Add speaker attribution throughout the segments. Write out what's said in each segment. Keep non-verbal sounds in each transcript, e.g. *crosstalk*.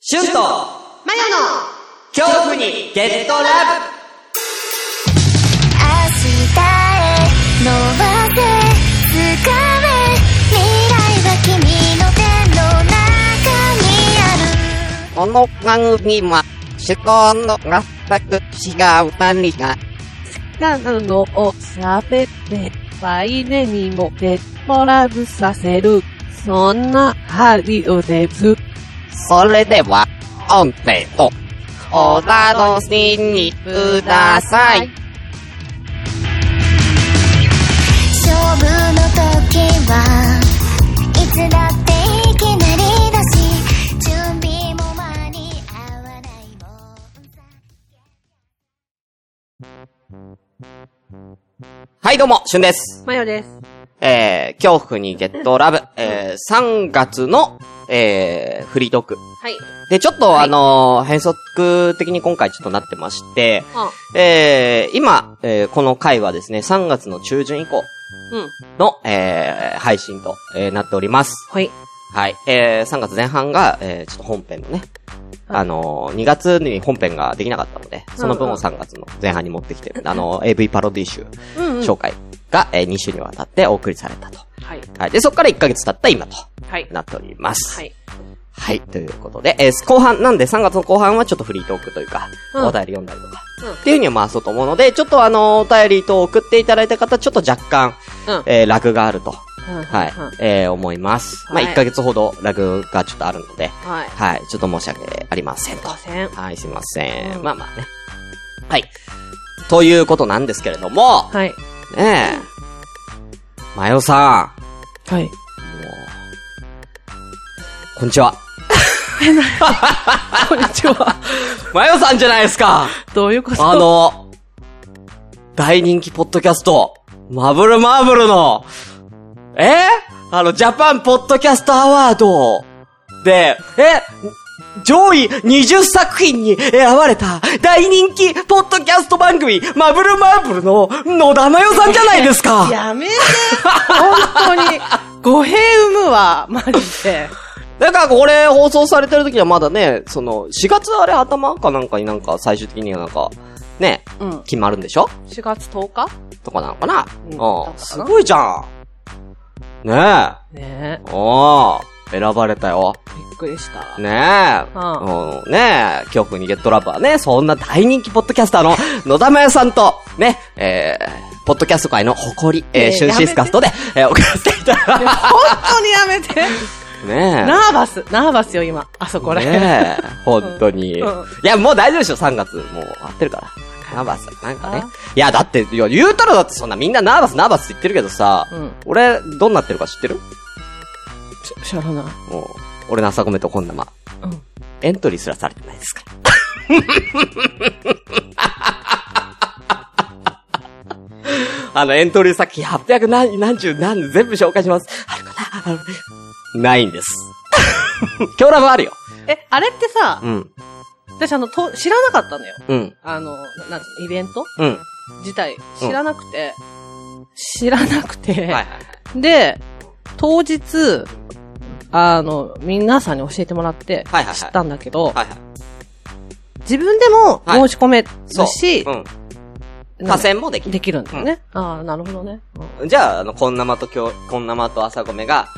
Speaker 1: シュンとマヨの恐怖にゲットラブ
Speaker 2: 明日へ伸ばせ掴め未来は君の手の中にある
Speaker 3: この番組は、趣向の全く違う何が、
Speaker 4: なのを喋って、ワイネにもデッドラブさせる。そんなハリオです。
Speaker 3: それでは、音声と、お楽しみください。
Speaker 2: 勝負の時はいつだっていきなりだし準備も間に合わないもんさ
Speaker 3: はい、どうも、しゅんです。
Speaker 4: マヨです。
Speaker 3: えー、恐怖にゲットラブ、えー、3月の、えー、フリートーク。
Speaker 4: はい。
Speaker 3: で、ちょっと、あのー変則的に今回ちょっとなってまして、
Speaker 4: あ、
Speaker 3: えー、今、えーこの回はですね、3月の中旬以降
Speaker 4: うん。
Speaker 3: の、えー、配信と、えーなっております。
Speaker 4: はい。
Speaker 3: はい。えー、3月前半が、えー、ちょっと本編のね、
Speaker 4: はい
Speaker 3: あのー、2月に本編ができなかったので、その分
Speaker 4: うん
Speaker 3: を
Speaker 4: うん
Speaker 3: 3月の前半に持ってきてる、あのー、AV パロディ集
Speaker 4: うん、うん。
Speaker 3: 紹介が、えー、2週にわたってお送りされたと。
Speaker 4: はい。
Speaker 3: はい。で、そこから1ヶ月経った今と
Speaker 4: はい。
Speaker 3: なっております。
Speaker 4: はい。
Speaker 3: はい。ということで、えー、後半、なんで3月の後半はちょっとフリートークというか、
Speaker 4: うん
Speaker 3: お便り読んだりとか、
Speaker 4: うん
Speaker 3: っていうふうに回そうと思うので、ちょっとあのー、お便りと送っていただいた方、ちょっと若干、
Speaker 4: うん
Speaker 3: えー、ラグがあると。
Speaker 4: うん
Speaker 3: はい
Speaker 4: うん。
Speaker 3: えー、思います。まあ、
Speaker 4: はい
Speaker 3: 1ヶ月ほどラグがちょっとあるので、
Speaker 4: はい。
Speaker 3: はい、ちょっと申し訳ありません
Speaker 4: すい
Speaker 3: と。
Speaker 4: ません。
Speaker 3: はい、すいません。
Speaker 4: うん
Speaker 3: まあまあね。はい。ということなんですけれども、
Speaker 4: はい。
Speaker 3: ねえ。まよさ
Speaker 4: はい。
Speaker 3: ん、もう、こんにちは。
Speaker 4: こんにち *laughs* は。
Speaker 3: まよさんじゃないですか
Speaker 4: どういうこと
Speaker 3: *laughs* あ、の、大人気ポッドキャスト、マブルマーブルの、えーあの、ジャパンポッドキャストアワードで、え上位20作品に選ばれた大人気ポッドキャスト番組、マブルマーブルの野田真代さんじゃないですか
Speaker 4: やめて。本当に、語弊生むわ。マジで。
Speaker 3: なんかこれ放送されてる時にはまだね、その、4月あれ頭かなんかになんか最終的にはなんか、ね、
Speaker 4: うん。
Speaker 3: 決まるんでしょ
Speaker 4: 4月10日
Speaker 3: とかなのかな、
Speaker 4: うん
Speaker 3: うん。
Speaker 4: だったかな
Speaker 3: すごいじゃん。ねえ。
Speaker 4: ね
Speaker 3: おー。選ばれたよ。
Speaker 4: え。びっくり *laughs* した。
Speaker 3: ねえ。
Speaker 4: う
Speaker 3: うん。ねえ。恐怖にゲットラブはね、そんな大人気ポッドキャスターの野田真代さんと、ね、えー、ポッドキャスト界の誇り、えー、
Speaker 4: ねえ
Speaker 3: シュンシスカストで、えー、送らせていただきま
Speaker 4: 本当にやめて。 *laughs*
Speaker 3: す。ねえ。
Speaker 4: ナーバス、ナーバスよ、今。あそこら辺。
Speaker 3: ねえ。本当に。
Speaker 4: うん
Speaker 3: いや、もう大丈夫でしょ、3月。もう、合ってるから。ナーバス。なんかね
Speaker 4: あ。
Speaker 3: いや、だって、いや、言うたらだってそんなみんなナーバス、ナーバスって言ってるけどさ、
Speaker 4: うん
Speaker 3: 俺、どうなってるか知ってる
Speaker 4: し知らない。
Speaker 3: もう、俺の朝ごめと本生。
Speaker 4: うん。
Speaker 3: エントリーすらされてないですから。
Speaker 4: *laughs*
Speaker 3: あの、エントリー作品800何、何十何全部紹介します。あるかなあるないんです。 *laughs* 今日ラブあるよ。
Speaker 4: え、あれってさ、
Speaker 3: うん。
Speaker 4: 私あの、と、知らなかったのよ。
Speaker 3: うん。
Speaker 4: あの、ななんつうのイベント
Speaker 3: うん。は
Speaker 4: 自体、知らなくて、知らなくて、
Speaker 3: いはいはい。
Speaker 4: で、当日、あの、皆さんに教えてもらって
Speaker 3: はいはいはい、
Speaker 4: 知ったんだけど、
Speaker 3: はいはい。
Speaker 4: 自分でも
Speaker 3: はい
Speaker 4: 申し込める
Speaker 3: そう。
Speaker 4: し、
Speaker 3: うん。
Speaker 4: な
Speaker 3: 多選もできる。
Speaker 4: できるんだよね。ああ、なるほどね。うん
Speaker 3: じゃあ、あの、こんなまと今日、こんなまと朝ごめが、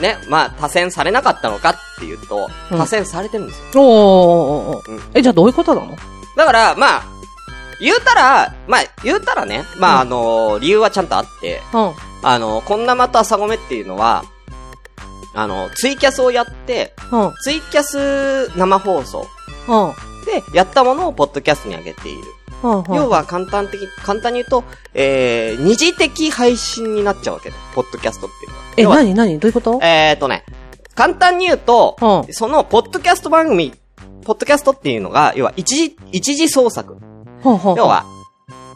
Speaker 3: ね、まあ、多選されなかったのかっていうと、
Speaker 4: うん
Speaker 3: 多選されてるんですよ
Speaker 4: おーおーおーおー
Speaker 3: う
Speaker 4: え、じゃあどういうことなの
Speaker 3: だから、まあ、言うたら、まあ、言うたらね、まあ、あ
Speaker 4: う
Speaker 3: の理由はちゃんとあって、
Speaker 4: うん。
Speaker 3: あのこんなまた朝ごめっていうのは、あのツイキャスをやって、
Speaker 4: うん。
Speaker 3: ツイキャス生放送
Speaker 4: うん。
Speaker 3: で、やったものをポッドキャストに上げている。
Speaker 4: うん。うん
Speaker 3: 要は簡単的、簡単に言うと、えー、二次的配信になっちゃうわけだ。ポッドキャストっていうのは。
Speaker 4: え、
Speaker 3: 要は
Speaker 4: なになにどういうこと
Speaker 3: えーとね、簡単に言うと、
Speaker 4: うん
Speaker 3: その、ポッドキャスト番組、ポッドキャストっていうのが、要は一時、一時創作。
Speaker 4: ほうほう
Speaker 3: 要は、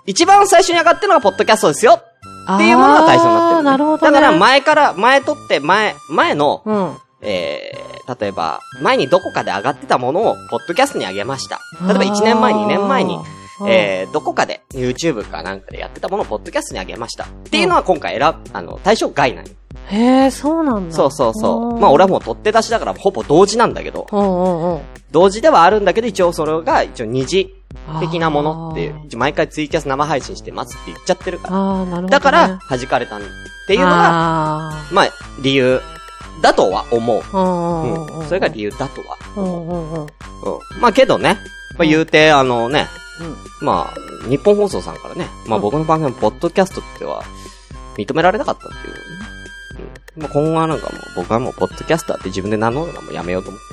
Speaker 3: 一番最初に上がってるのがポッドキャストですよ
Speaker 4: っ
Speaker 3: っていうものが対象になってる、
Speaker 4: なるほど、ね。
Speaker 3: だから前から、前撮って前、前の、
Speaker 4: うん。
Speaker 3: えー、例えば、前にどこかで上がってたものをポッドキャストに上げました。例えば1年前、2年前に、
Speaker 4: うん、
Speaker 3: えー、どこかで YouTube かなんかでやってたものをポッドキャストに上げました。っていうのは今回選ぶ、あの、対象外なんよ
Speaker 4: へえ、そうなんだ。
Speaker 3: そうそうそう。まあ俺はもう取って出しだからほぼ同時なんだけど、
Speaker 4: は、うんうんうん。
Speaker 3: 同時ではあるんだけど一応それが一応二次的なものってい
Speaker 4: あー
Speaker 3: う、毎回ツイキャス生配信してますって言っちゃってるから。
Speaker 4: あー、なるほど、ね。
Speaker 3: だから、弾かれたっていうのが、
Speaker 4: が、
Speaker 3: まあ理由だとは思う。
Speaker 4: うんうんうん
Speaker 3: う。
Speaker 4: うんん。
Speaker 3: それが理由だとは。
Speaker 4: うんうんうん。
Speaker 3: うん。まあけどね、まあ言うて、あのね、まあ、日本放送さんからね、まあ
Speaker 4: うん
Speaker 3: 僕の番組のポッドキャストっては、認められなかったっていう、ね。うん。まあ今後はなんかもう、僕はもうポッドキャスターって自分で名乗るのもやめようと思って。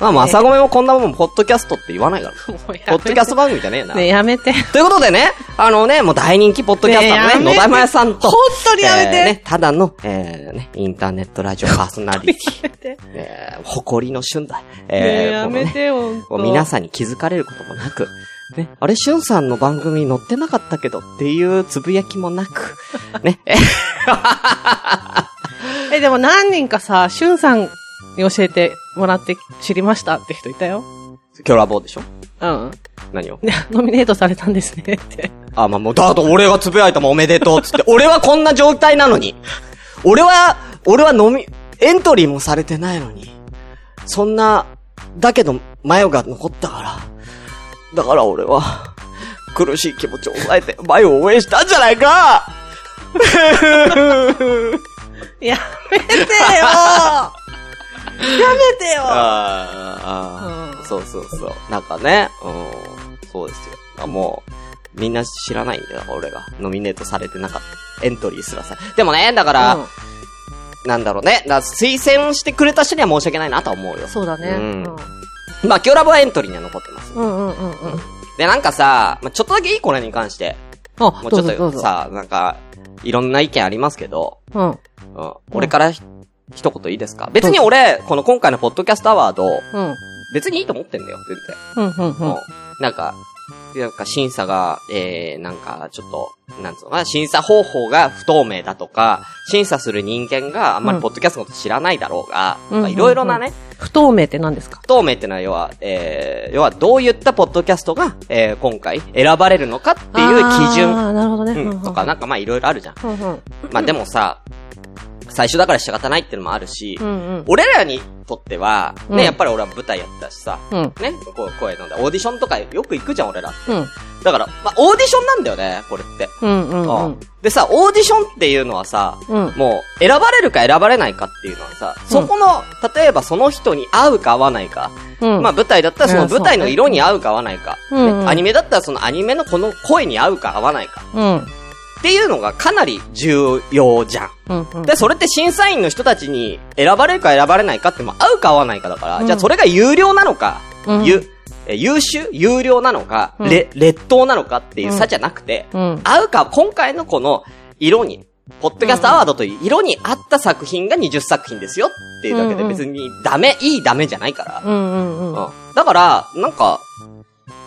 Speaker 3: まあ、まさごめもこんなもん、ポッドキャストって言わないから。
Speaker 4: も *laughs* うやめて
Speaker 3: ポッドキャスト番組じゃねえな。
Speaker 4: ねえやめて。
Speaker 3: ということでね、あのね、もう大人気ポッドキャスターのね、
Speaker 4: ねえやめて
Speaker 3: 野田真也さんと、
Speaker 4: 本当にやめて
Speaker 3: えーね、ただの、えー、ね、インターネットラジオパーソナリティ、
Speaker 4: て
Speaker 3: えー、誇りの旬だ。えー
Speaker 4: ねえ
Speaker 3: こ
Speaker 4: や
Speaker 3: のね
Speaker 4: めて、ほん。
Speaker 3: ことう皆さんに気づかれることもなく、ね、あれ、しゅんさんの番組載ってなかったけどっていうつぶやきもなく、ね、え
Speaker 4: え、でも何人かさ、しゅんさんに教えてもらって知りましたって人いたよ。
Speaker 3: キョラボでしょ
Speaker 4: うん。
Speaker 3: 何を
Speaker 4: でノミネートされたんですねって。
Speaker 3: あ、まあもう、だと俺がつぶやいたもんおめでとうっつって、 *laughs* 俺はこんな状態なのに、俺は、俺は飲み、エントリーもされてないのに、そんな、だけど、マヨが残ったから、だから俺は、苦しい気持ちを抑えて、マヨを応援したんじゃないか
Speaker 4: やめてよやめてよ
Speaker 3: あーあー、
Speaker 4: うん
Speaker 3: そうそうそう。なんかね、うん、そうですよ。あもう、みんな知らないんだよ、俺が。ノミネートされてなかった。エントリーすらさ。でもね、だから、
Speaker 4: うん
Speaker 3: なんだろうね。だ推薦してくれた人には申し訳ないなとは思うよ。
Speaker 4: そうだ
Speaker 3: う
Speaker 4: ね。うんん。
Speaker 3: まあ、今日ラボはエントリーには残ってます。
Speaker 4: うんうんうんうん。
Speaker 3: で、なんかさ、まあ、ちょっとだけいいこれに関して。
Speaker 4: あ、
Speaker 3: もうち
Speaker 4: ど
Speaker 3: ょっ
Speaker 4: うぞどう
Speaker 3: と
Speaker 4: ぞ。
Speaker 3: さ、なんか、いろんな意見ありますけど、
Speaker 4: うん。
Speaker 3: うん、俺からひ一言いいですか別に俺、この今回のポッドキャストアワード、
Speaker 4: うん。
Speaker 3: 別にいいと思ってんだよ、全然。
Speaker 4: うんうんうん。
Speaker 3: もう、なんか、なんか審査が、えー、なんか、ちょっと、なんつうのかな、審査方法が不透明だとか、審査する人間があんまり
Speaker 4: うん
Speaker 3: ポッドキャストのこと知らないだろうが、
Speaker 4: うん
Speaker 3: まあいろいろなね、
Speaker 4: 不透明って何ですか
Speaker 3: 不透明ってのは要は、えー、要はどういったポッドキャストが、えー、今回選ばれるのかっていう基準、
Speaker 4: ああ、なるほどね。
Speaker 3: うん、とか、なんかまあいろいろあるじゃん。
Speaker 4: うんうん。
Speaker 3: まあでもさ、最初だから仕方ないってのもあるし、
Speaker 4: うんうん。
Speaker 3: 俺らにとっては、ね、
Speaker 4: うん
Speaker 3: やっぱり俺は舞台やったしさ、
Speaker 4: うん。
Speaker 3: ね、こう、声ので、オーディションとかよく行くじゃん、俺ら。
Speaker 4: うん。
Speaker 3: だから、まあ、オーディションなんだよね、これって。
Speaker 4: うんうんうん。
Speaker 3: でさ、オーディションっていうのはさ、
Speaker 4: うん。
Speaker 3: もう、選ばれるか選ばれないかっていうのはさ、そこの、例えばその人に合うか合わないか。
Speaker 4: うん。
Speaker 3: まあ、舞台だったらその
Speaker 4: うんそう
Speaker 3: 舞台の色に合うか合わないか。
Speaker 4: うんう
Speaker 3: ね
Speaker 4: ん
Speaker 3: アニメだったらそのアニメのこの声に合うか合わないか。
Speaker 4: うん。
Speaker 3: っていうのがかなり重要じゃん。
Speaker 4: うんうん。
Speaker 3: で、それって審査員の人たちに選ばれるか選ばれないかってもう合うか合わないかだから、
Speaker 4: うん
Speaker 3: じゃあそれが有料なのか、
Speaker 4: うん
Speaker 3: ゆえ優秀有料なのか、
Speaker 4: うん
Speaker 3: れ劣等なのかっていう
Speaker 4: うん
Speaker 3: 差じゃなくて、
Speaker 4: うん。
Speaker 3: 合うか、今回のこの色に、ポッドキャストアワードという色に合った作品が20作品ですよっていうだけで
Speaker 4: うんうん
Speaker 3: 別にダメ、いいダメじゃないから。
Speaker 4: うんうんうん。
Speaker 3: うんだから、なんか、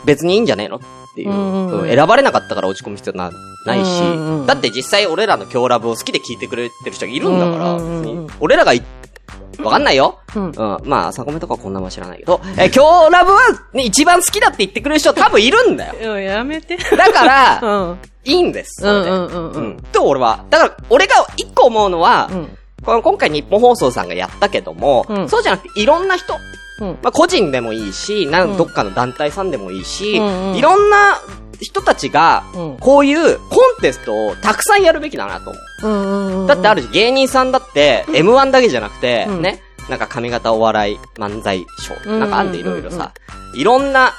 Speaker 3: 別にいいんじゃねえのっていう、
Speaker 4: うんうんうん
Speaker 3: うん選ばれなかったから落ち込む必要なないし、
Speaker 4: うんうんうん
Speaker 3: だって実際俺らの強ラブを好きで聞いてくれてる人がいるんだから、
Speaker 4: うんうんうんうん
Speaker 3: 別に俺らがい、わかんないよ。
Speaker 4: うん
Speaker 3: うん。まあ、朝コメとかこんなもん知らないけど、え、強ラブは、ね、一番好きだって言ってくれる人多分いるんだよ。
Speaker 4: うん。やめて。
Speaker 3: だか
Speaker 4: う
Speaker 3: ら、
Speaker 4: ん。
Speaker 3: いいんです。
Speaker 4: うんうんうん
Speaker 3: う。
Speaker 4: うんん。
Speaker 3: と俺は、だから、俺が一個思うのは、
Speaker 4: うん。
Speaker 3: この今回日本放送さんがやったけども、
Speaker 4: うん
Speaker 3: そうじゃなくていろんな人、
Speaker 4: うん。
Speaker 3: まあ、個人でもいいし、な
Speaker 4: うん
Speaker 3: んどっかの団体さんでもいいし、
Speaker 4: うんうん
Speaker 3: いろんな人たちが
Speaker 4: うん、
Speaker 3: こういうコンテストをたくさんやるべきだなと思う。
Speaker 4: うんうんうん。
Speaker 3: だってあるし、芸人さんだって、M1 だけじゃなくて、
Speaker 4: うん
Speaker 3: ね、なんか髪型お笑い漫才賞、
Speaker 4: うん
Speaker 3: なんかあんでいろいろさ、いろんな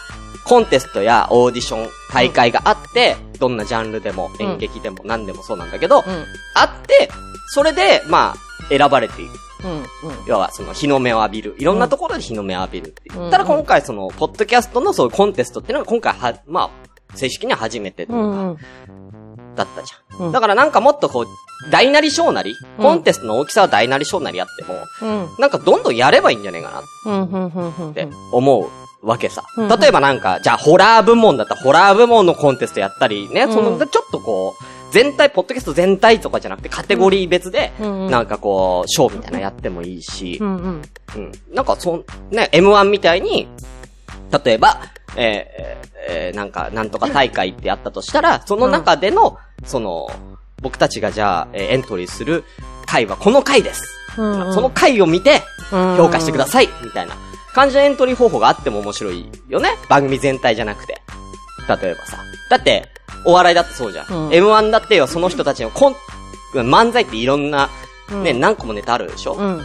Speaker 3: コンテストやオーディション、大会があって、どんなジャンルでも
Speaker 4: うん
Speaker 3: 演劇でも何でもそうなんだけど、
Speaker 4: うん。
Speaker 3: あって、それで、まあ、選ばれていく。
Speaker 4: うん。
Speaker 3: 要はその日の目を浴びる。いろんなところで日の目を浴びるっていう。
Speaker 4: うん
Speaker 3: ただ今回その、ポッドキャストのそういうコンテストっていうのが今回は、まあ、正式には初めてと
Speaker 4: う
Speaker 3: いうんか
Speaker 4: ん。うん。
Speaker 3: だったじゃん。
Speaker 4: うん
Speaker 3: だからなんかもっとこう、大なり小なり、
Speaker 4: うん
Speaker 3: コンテストの大きさは大なり小なりやっても、
Speaker 4: うん。
Speaker 3: なんかどんどんやればいいんじゃねえかなっ
Speaker 4: うん。うん。うん。
Speaker 3: て思うわけさ。
Speaker 4: うん
Speaker 3: 例えばなんか、じゃあホラー部門だったらホラー部門のコンテストやったりね、その、
Speaker 4: うん
Speaker 3: ちょっとこう、全体、ポッドキャスト全体とかじゃなくてカテゴリー別で、
Speaker 4: うんうん
Speaker 3: なんかこう、ショーみたいなのやってもいいし、
Speaker 4: うん。うん。
Speaker 3: うん。なんか、そん、ね、M1 みたいに、例えば、えーえーえーなんか、なんとか大会ってあったとしたら、その中での、その、僕たちがじゃあ、えーエントリーする回はこの回です。
Speaker 4: うん
Speaker 3: その回を見て、評
Speaker 4: 評
Speaker 3: 価してください、みたいな感じのエントリー方法があっても面白いよね番組全体じゃなくて。例えばさ。だって、お笑いだってそうじゃん。
Speaker 4: うん
Speaker 3: M1 だってその人たちのコン、漫才っていろんな、
Speaker 4: うん
Speaker 3: ね、何個もネタあるでしょ、
Speaker 4: う
Speaker 3: うん
Speaker 4: ん。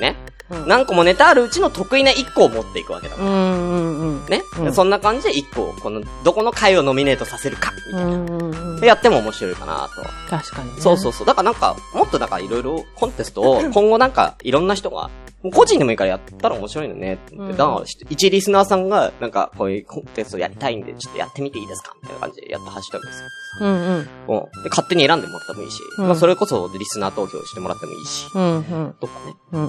Speaker 3: ね、
Speaker 4: うん
Speaker 3: 何個もネタあるうちの得意な1個を持っていくわけだ
Speaker 4: う
Speaker 3: もん。
Speaker 4: んうんうん。
Speaker 3: ね、
Speaker 4: うん
Speaker 3: そんな感じで1個を、この、どこの回をノミネートさせるか、み
Speaker 4: う
Speaker 3: たいな。
Speaker 4: んうんうん。
Speaker 3: やっても面白いかなと。
Speaker 4: 確かにね。
Speaker 3: そうそうそう。だからなんか、もっとなんかいろいろコンテスト
Speaker 4: *laughs*
Speaker 3: を、今後なんかいろんな人が、もう個人でもいいからやったら面白いのねって思って。
Speaker 4: うん
Speaker 3: だから、一リスナーさんが、なんかこういうコンテストやりたいんで、ちょっとやってみていいですかみたいな感じでやったハッシュタグですよ。
Speaker 4: うんうん。
Speaker 3: うん。で、勝手に選んでもらってもいいし、
Speaker 4: うん
Speaker 3: まあそれこそリスナー投票してもらってもいいし、
Speaker 4: うんうん。
Speaker 3: とかね。
Speaker 4: うんう
Speaker 3: う
Speaker 4: ん。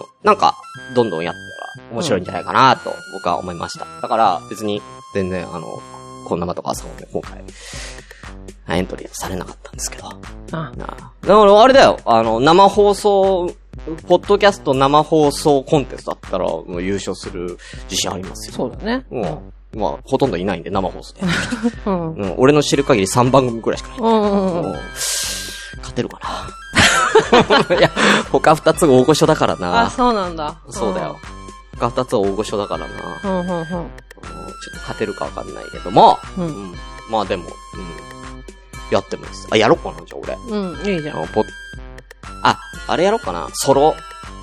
Speaker 3: ん。なんか、どんどんやったら面白いんじゃないかなと、僕は思いました。だから、別に、全然、あの、こんなまとかさんもね、今回、エントリーされなかったんですけど。
Speaker 4: あ、
Speaker 3: なあだからあれだよ、あの、生放送、ポッドキャスト生放送コンテストだったら、もう優勝する自信ありますよ。
Speaker 4: そうだね。
Speaker 3: う。ん。まあ、ほとんどいないんで、生放送で。
Speaker 4: うん。うん
Speaker 3: うん、俺の知る限り3番組くらいしかない。
Speaker 4: うんう
Speaker 3: うん
Speaker 4: ん。
Speaker 3: 勝てるかな *laughs* いや、他2つが大御所だから
Speaker 4: あ、
Speaker 3: な。
Speaker 4: そうなんだ。
Speaker 3: そうだよ。他2つは大御所だからな。うん
Speaker 4: うん。うんうんうん。
Speaker 3: ちょっと勝てるかわかんないけども、
Speaker 4: うん
Speaker 3: うんまあでも、うん。やってもいいです。あ、やろっかな、じゃあ俺。
Speaker 4: うん、いいじゃん。
Speaker 3: あポッあ、あれやろうかな。ソロ、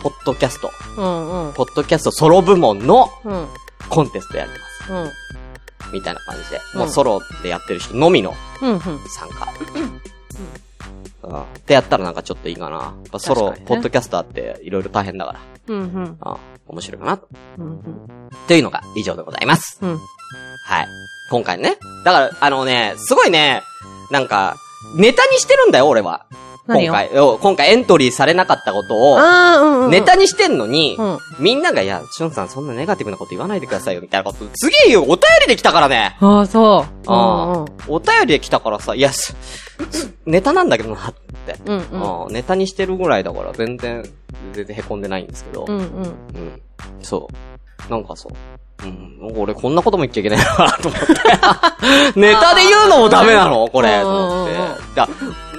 Speaker 3: ポッドキャスト。
Speaker 4: うんうん。
Speaker 3: ポッドキャストソロ部門の
Speaker 4: うん。
Speaker 3: コンテストやります。
Speaker 4: うん。
Speaker 3: みたいな感じで。
Speaker 4: うん
Speaker 3: もうソロでやってる人のみの
Speaker 4: うんうん。
Speaker 3: 参加。うん。ってやったらなんかちょっといいかな。やっぱソロ、
Speaker 4: 確かにね
Speaker 3: ポッドキャスターっていろいろ大変だから。
Speaker 4: うんうん。
Speaker 3: あ面白いかな。
Speaker 4: うんうん。
Speaker 3: というのが以上でございます。
Speaker 4: うん。
Speaker 3: はい。今回ね。だから、あのね、すごいね、なんか、ネタにしてるんだよ、俺は。今
Speaker 4: 何を
Speaker 3: 回、お今回エントリーされなかったことを、
Speaker 4: ああ、うんうん。
Speaker 3: ネタにしてんのに、
Speaker 4: うん
Speaker 3: みんなが、いや、しゅんさんそんなネガティブなこと言わないでくださいよ、みたいなこと、すげえよ、お便りで来たからね。
Speaker 4: ああ、そう。
Speaker 3: ああお便りで来たからさ、いや、すすネタなんだけどな、って。
Speaker 4: うんうん。うん
Speaker 3: ああネタにしてるぐらいだから、全然、全然凹んでないんですけど。
Speaker 4: うん。うんうん。
Speaker 3: うん。そう。なんかそう。うん。なんか俺こんなことも言っちゃいけないなと思
Speaker 4: *laughs*
Speaker 3: って。ネタで言うのもダメなのこれ。と思って
Speaker 4: うんうんうん。
Speaker 3: だ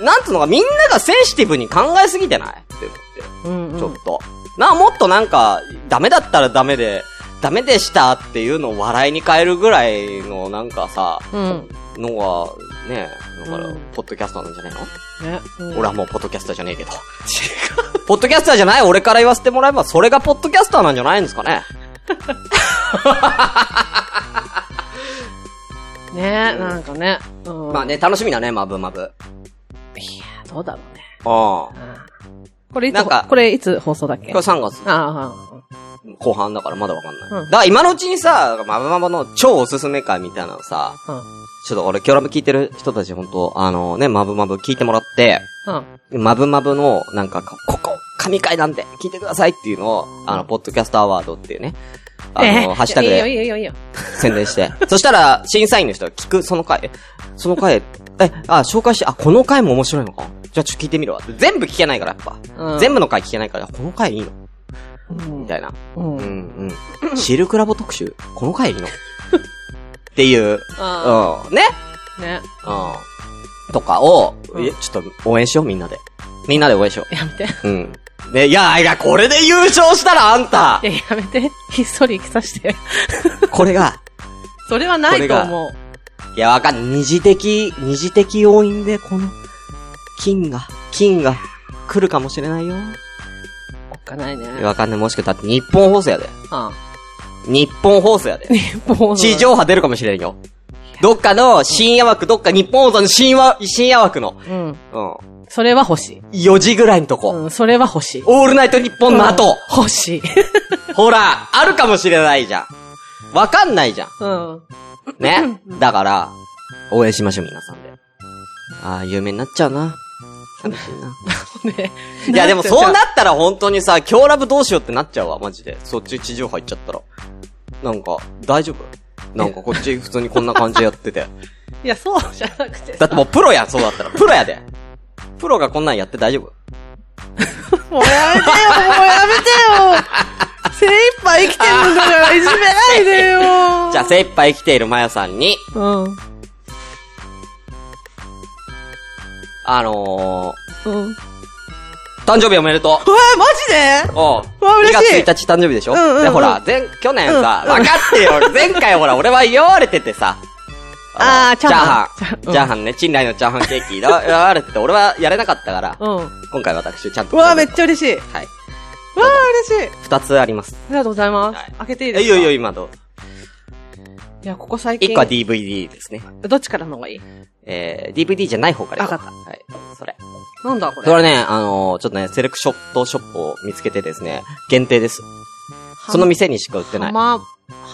Speaker 3: なんつうのか、みんながセンシティブに考えすぎてないって思って。
Speaker 4: うんうん。
Speaker 3: ちょっと。な、もっとなんか、ダメだったらダメで、ダメでしたっていうのを笑いに変えるぐらいのなんかさ、
Speaker 4: うん。
Speaker 3: のが、ねだから
Speaker 4: うん、
Speaker 3: ポッドキャスターなんじゃないの、
Speaker 4: ね。うん
Speaker 3: 俺はもうポッドキャスターじゃねえけど。ポッドキャスターじゃない俺から言わせてもらえば、それがポッドキャスターなんじゃないんですかね
Speaker 4: ねなんかね。うん。
Speaker 3: まあ。ね、楽しみだね、マブマブ。
Speaker 4: どうだろうね。
Speaker 3: ああ。
Speaker 4: これい
Speaker 3: な
Speaker 4: つ
Speaker 3: んか、
Speaker 4: これいつ放送だっけ
Speaker 3: これ3月
Speaker 4: あ
Speaker 3: 後半だからまだわかんない。
Speaker 4: うん
Speaker 3: だから今のうちにさ、マブマブの超おすすめ会みたいなのさ、
Speaker 4: あ、うん。
Speaker 3: ちょっと俺、キョラブ聞いてる人たちほんと、あのね、マブマブ聞いてもらって、
Speaker 4: うん。
Speaker 3: マブマブの、なんか、こここ、神回なんで、聞いてくださいっていうのを、あの、ポッドキャストアワードっていうね、あの、ハッシュタグ
Speaker 4: いいよ
Speaker 3: で
Speaker 4: いいよいいよ。
Speaker 3: 宣伝して。そしたら、審査員の人が聞く、その回、えその回、え、あ、紹介して、あ、この回も面白いのかじゃあちょっと聞いてみるわ。全部聞けないから、やっぱ。
Speaker 4: うん
Speaker 3: 全部の回聞けないから、この回いいのみたいな。
Speaker 4: うん。
Speaker 3: う
Speaker 4: うん。
Speaker 3: ん
Speaker 4: *laughs*
Speaker 3: うん。シルクラボ特集この回いいのっていう、
Speaker 4: あ
Speaker 3: うん。ね
Speaker 4: あ、ね。
Speaker 3: うん。とかを、
Speaker 4: うん
Speaker 3: いやちょっと応援しよう、みんなで。みんなで応援しよ。
Speaker 4: やめて。いう
Speaker 3: う
Speaker 4: *laughs*
Speaker 3: ん。ね、いや、いや、これで優勝したらあんた
Speaker 4: や、やめて。ひっそり行きさして。
Speaker 3: これが、
Speaker 4: それはないと思う。
Speaker 3: いや、わかん、二次的、二次的要因で、この、金が、金が、来るかもしれないよ。
Speaker 4: おっかないね。
Speaker 3: わかんない、もしくは、だって日本放送やで。
Speaker 4: あ *laughs*
Speaker 3: 日本放送やで。
Speaker 4: あ。もう。
Speaker 3: 地上波出るかもしれんよ。どっかの深夜枠、どっか日本放送の深夜深夜枠の、
Speaker 4: うん。
Speaker 3: うん、
Speaker 4: それは欲しい。
Speaker 3: 4時ぐらいのとこ、
Speaker 4: うん、それは欲しい。
Speaker 3: オールナイト日本の後、
Speaker 4: 欲しい。 *laughs*
Speaker 3: ほら、あるかもしれないじゃん。わかんないじゃん。
Speaker 4: うん。
Speaker 3: ね。だから、応援しましょう、皆さんで。ああ、有名になっちゃう *laughs* な。寂しいな。
Speaker 4: ね。
Speaker 3: いや、でもそうなったら本当にさ、今日ラブどうしようってなっちゃうわ、マジで。そっち地上波行っちゃったら。なんか、大丈夫なんかこっち普通にこんな感じでやって *laughs* て。
Speaker 4: いや、そうじゃなくて。
Speaker 3: だってもうプロやん、そうだったら。プロやで。プロがこんなんやって大丈夫
Speaker 4: もうやめてよ、もうやめて
Speaker 3: *laughs*
Speaker 4: よ。精一杯生きてるんだから、いじめないでよ。
Speaker 3: じゃあ、精一杯生きているまやさんに、
Speaker 4: うん。
Speaker 3: あの
Speaker 4: うん。え
Speaker 3: ー、誕生日おめでとう。
Speaker 4: ー、マジで
Speaker 3: おう。
Speaker 4: わ嬉しい
Speaker 3: 2月1日誕生日でしょ、
Speaker 4: うんうんうん
Speaker 3: で、ほら、前、去年さ、
Speaker 4: うんうん
Speaker 3: 分かってよ。
Speaker 4: *laughs*
Speaker 3: 前回ほら、俺は言われててさ。
Speaker 4: あー
Speaker 3: の
Speaker 4: チャーハンチャーハン
Speaker 3: チャーハンね、賃来のチャーハンケーキ、言われてて、俺はやれなかったから、
Speaker 4: うん。
Speaker 3: 今回私、ちゃんと。
Speaker 4: うわー、めっちゃ嬉しい。うわ
Speaker 3: はい。
Speaker 4: ー、嬉しい。
Speaker 3: 二つあります。
Speaker 4: ありがとうございます。
Speaker 3: はい
Speaker 4: 開けていい
Speaker 3: い
Speaker 4: で
Speaker 3: や
Speaker 4: す
Speaker 3: い
Speaker 4: か
Speaker 3: やいや、今どう
Speaker 4: いや、ここ最近。
Speaker 3: 一個は DVD ですね。
Speaker 4: どっちからの方がいい
Speaker 3: えー、DVD じゃない方から。
Speaker 4: わかった
Speaker 3: はい。それ。
Speaker 4: なんだこれ。
Speaker 3: それね、あのー、ちょっとね、セレクショットショップを見つけてですね、限定です。その店にしか売ってない。
Speaker 4: 浜、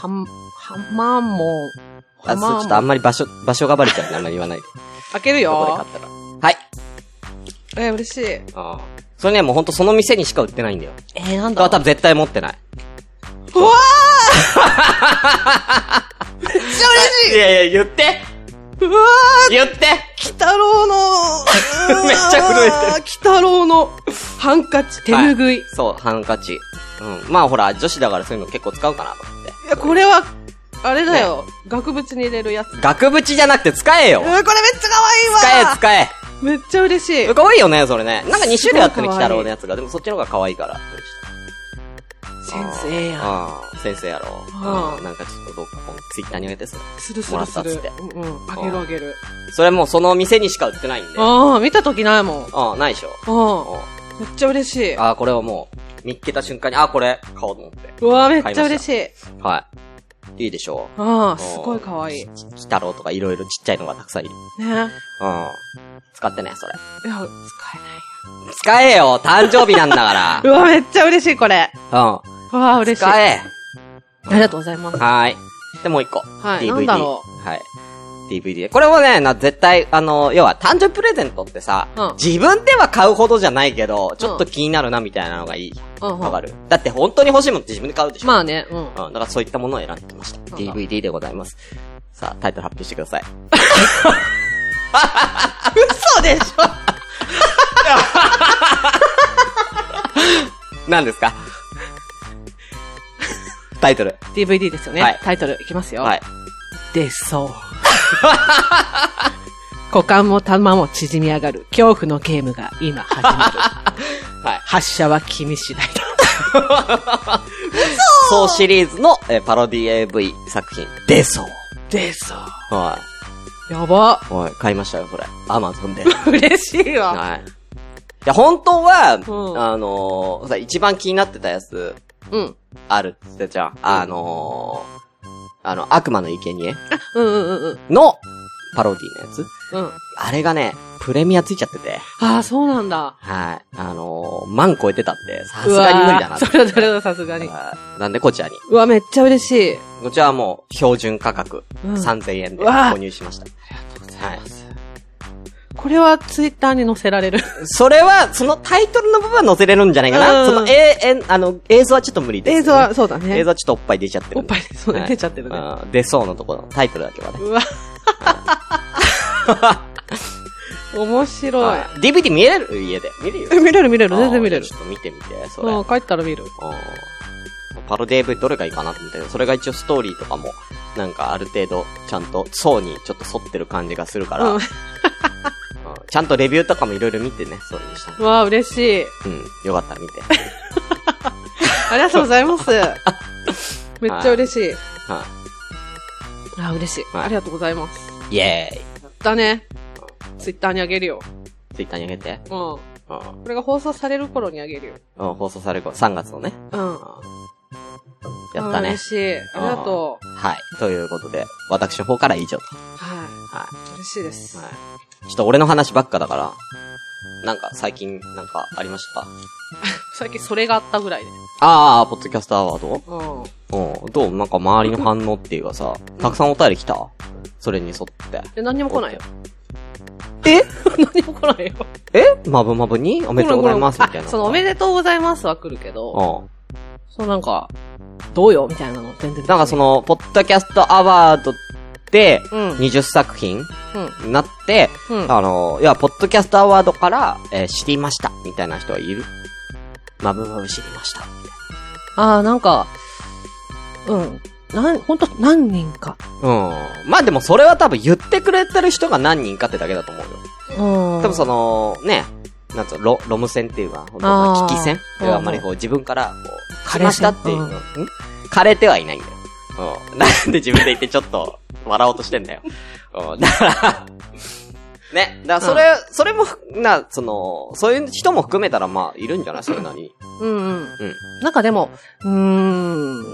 Speaker 4: 浜、浜も、
Speaker 3: あ、そう、ちょっとあんまり場所、場所がバレちゃうんで、あんまり言わないで。
Speaker 4: 開ける
Speaker 3: どこ
Speaker 4: よ
Speaker 3: で買ったか。はい。
Speaker 4: えー、嬉しい。え
Speaker 3: ああ。それね、もうほんとその店にしか売ってないんだよ。
Speaker 4: ー、なん
Speaker 3: だから
Speaker 4: だ
Speaker 3: 多分絶対持ってない。
Speaker 4: うわーめっちゃ嬉しい
Speaker 3: いやいや、言って
Speaker 4: うわー
Speaker 3: 言って、
Speaker 4: 鬼太郎 *laughs* の
Speaker 3: めっちゃ震えてる
Speaker 4: る。鬼太郎の、ハンカチ、手拭い。い、
Speaker 3: そう、ハンカチ。うん。まあほら、女子だからそういうの結構使うかなと思って。
Speaker 4: や、これは、あれだよ。額縁に入れるやつ。
Speaker 3: 額縁じゃなくて使えよ
Speaker 4: うわーこれめっちゃ可愛
Speaker 3: 使
Speaker 4: い
Speaker 3: え
Speaker 4: わ
Speaker 3: 使え
Speaker 4: めっちゃ嬉しい。
Speaker 3: 可愛いよね、それね。なんか2種類あってね、
Speaker 4: すごい可愛い
Speaker 3: 鬼太郎のやつが。でもそっちの方が可愛いから。
Speaker 4: 先生や。
Speaker 3: ああ、先生やろ。
Speaker 4: うん
Speaker 3: うん。なんかちょっとどっかこのツイッターに上げてさ。
Speaker 4: するす
Speaker 3: もらっ
Speaker 4: るす
Speaker 3: たっ
Speaker 4: る。
Speaker 3: つって
Speaker 4: うんうん。あげるあげる。
Speaker 3: それもうその店にしか売ってないんで。あ
Speaker 4: ああ、見たときないもん。
Speaker 3: あ、ないでしょ。
Speaker 4: う。
Speaker 3: うん
Speaker 4: めっちゃ嬉しい。
Speaker 3: ん。ああ、これをもう、見っけた瞬間に、ああ、これ、買おうと思って。
Speaker 4: うわーめっちゃ嬉しい。
Speaker 3: はい。いいでしょう。
Speaker 4: ああ、すごい可愛い。ね。
Speaker 3: 鬼太郎とかいろいろちっちゃいのがたくさんいる。
Speaker 4: いや、
Speaker 3: うん。使ってね、それ。
Speaker 4: 使えないよ。
Speaker 3: 使えよ誕生日なんだ
Speaker 4: *laughs*
Speaker 3: か
Speaker 4: うわ、めっちゃ嬉しい、これ。
Speaker 3: ら。うん。
Speaker 4: うわ、嬉しい。
Speaker 3: 使
Speaker 4: あ
Speaker 3: え
Speaker 4: りがとうございます。
Speaker 3: はーい。で、もう一個。
Speaker 4: はい
Speaker 3: DVD。
Speaker 4: なんだろ
Speaker 3: はい。DVD。これもね、な、絶対、あの、要は、誕生日プレゼントってさ、
Speaker 4: うん
Speaker 3: 自分では買うほどじゃないけど、ちょっと気になるな、みたいなのがいい。
Speaker 4: うんうん
Speaker 3: わかるだって本当に欲しいもんって自分で買うでしょ。
Speaker 4: まあね、う
Speaker 3: う
Speaker 4: ん。
Speaker 3: ん、だからそういったものを選んできました。
Speaker 4: んだ
Speaker 3: DVD でございます。さあ、タイトル発表してください。
Speaker 4: 嘘でしょ
Speaker 3: *laughs* 何ですかタイトル。
Speaker 4: !DVD ですよね。
Speaker 3: はい
Speaker 4: タイトルいきますよ。
Speaker 3: はい。
Speaker 4: 出そう。股間も玉も縮み上がる恐怖のゲームが今始まる。
Speaker 3: はい。
Speaker 4: 発射 *laughs* は君次第だ。
Speaker 3: そうシリーズの、えーパロディ AV 作品。でそう。
Speaker 4: 出そう。
Speaker 3: は
Speaker 4: やば。
Speaker 3: い。はい。買いましたよ、これ。アマゾンで。
Speaker 4: *laughs* 嬉しいわ。
Speaker 3: はい。いや、本当は、
Speaker 4: ん
Speaker 3: あのーさ、一番気になってたやつ、
Speaker 4: うん。
Speaker 3: あるって言ってたじゃん。あのー、あの、悪魔の生贄
Speaker 4: うんうんうん
Speaker 3: の、パロディのやつ。
Speaker 4: うん。うん。
Speaker 3: あれがね、プレミアついちゃってて、
Speaker 4: ああ、そうなんだ。
Speaker 3: はい。あのー、万超えてたって、さすがに無理だな
Speaker 4: うわ
Speaker 3: と
Speaker 4: ーそれはそれはさすがに。
Speaker 3: はいなんでこちらに。
Speaker 4: うわ、めっちゃ嬉しい。
Speaker 3: こちらはもう、標準価格、
Speaker 4: うん
Speaker 3: 3000円で
Speaker 4: うわー
Speaker 3: 購入しました。はい。
Speaker 4: これはツイッターに載せられる。
Speaker 3: それは、そのタイトルの部分は載せれるんじゃないかな。
Speaker 4: うん
Speaker 3: その、ええあの、 *laughs* 映像はちょっと無理です、
Speaker 4: 映像は、、そうだね。
Speaker 3: 映像はちょっとおっぱい出ちゃってる。
Speaker 4: おっぱいでそうね
Speaker 3: はい
Speaker 4: 出ちゃってるね
Speaker 3: あー出そうのところ、タイトルだけはね。 *laughs*
Speaker 4: うわ。面白い。
Speaker 3: はい DVD 見れる家で。見れるよ。
Speaker 4: え見れる見れる、全然見れ
Speaker 3: あー
Speaker 4: る
Speaker 3: じ。ゃあちょっと見てみて、それ。
Speaker 4: うん、帰ったら見る。
Speaker 3: あーパロディ AV どれがいいかなと思ったけど、それが一応ストーリーとかも、なんかある程度、ちゃんと層にちょっと沿ってる感じがするから、
Speaker 4: うん
Speaker 3: ちゃんとレビューとかもいろいろ見てね、そうにした。
Speaker 4: うわ、嬉しい。
Speaker 3: うん、よかったら見て。
Speaker 4: ありがとうござ
Speaker 3: *laughs*
Speaker 4: います。めっちゃ嬉しい。
Speaker 3: は
Speaker 4: あ、嬉しい。
Speaker 3: はい
Speaker 4: ありがとうございます。
Speaker 3: い。イェーイ。
Speaker 4: だね。ツイッターにあげるよ。
Speaker 3: ツイッターにあげて。
Speaker 4: うん。こ
Speaker 3: うん。
Speaker 4: れが放送される頃にあげるよ。
Speaker 3: うん、放送される頃、3月のね。
Speaker 4: うん。
Speaker 3: やった
Speaker 4: あ
Speaker 3: ね
Speaker 4: 嬉。しい。ありがとう。
Speaker 3: はい。ということで、私の方から以上と。
Speaker 4: は。
Speaker 3: はい
Speaker 4: 嬉しいです。
Speaker 3: い。はい。ちょっと俺の話ばっかだから、なんか最近、なんかありました
Speaker 4: 最近それがあったぐらいで。
Speaker 3: ああ、ポッドキャストアワード
Speaker 4: うん。
Speaker 3: うん。どうなんか周りの反応っていうかさ、たくさんお便り来たそれに沿って。
Speaker 4: え、何にも来ないよ。
Speaker 3: え
Speaker 4: *laughs* 何にも来ないよ。
Speaker 3: えまぶまぶにおめでとうございますみたいな。
Speaker 4: あそのおめでとうございますは来るけど、
Speaker 3: うん。
Speaker 4: そのなんか、どうよみたいなの全然。
Speaker 3: なんかそ、の、ポッドキャストアワードで、
Speaker 4: うん
Speaker 3: 20作品
Speaker 4: うん。
Speaker 3: になって、
Speaker 4: うん
Speaker 3: あの、いや、ポッドキャストアワードから、えー知りました、みたいな人はいるまぶまぶ知りました。
Speaker 4: ああ、なんか、うん。なん、ほんと何人か。
Speaker 3: うん。まあでもそれは多分言ってくれてる人が何人かってだけだと思うよ。
Speaker 4: 多
Speaker 3: 多分その、ね、なんつうの、ロ、ロム線っていうか、本当ま
Speaker 4: あ
Speaker 3: あ
Speaker 4: ー
Speaker 3: 危機線
Speaker 4: うん
Speaker 3: あんまりこう自分から、こう、
Speaker 4: 枯
Speaker 3: 枯れ
Speaker 4: れ
Speaker 3: した
Speaker 4: 線
Speaker 3: っていうの、ん枯れてはいないんだよ。うん。なんで自分で言ってちょっと、笑おうとしてんだよ。うん。だから、 *laughs* ね、だからそれ、それもふ、な、その、そういう人も含めたらまあ、いるんじゃないそれなりに。
Speaker 5: うんうん。
Speaker 4: なんかでも、うーん、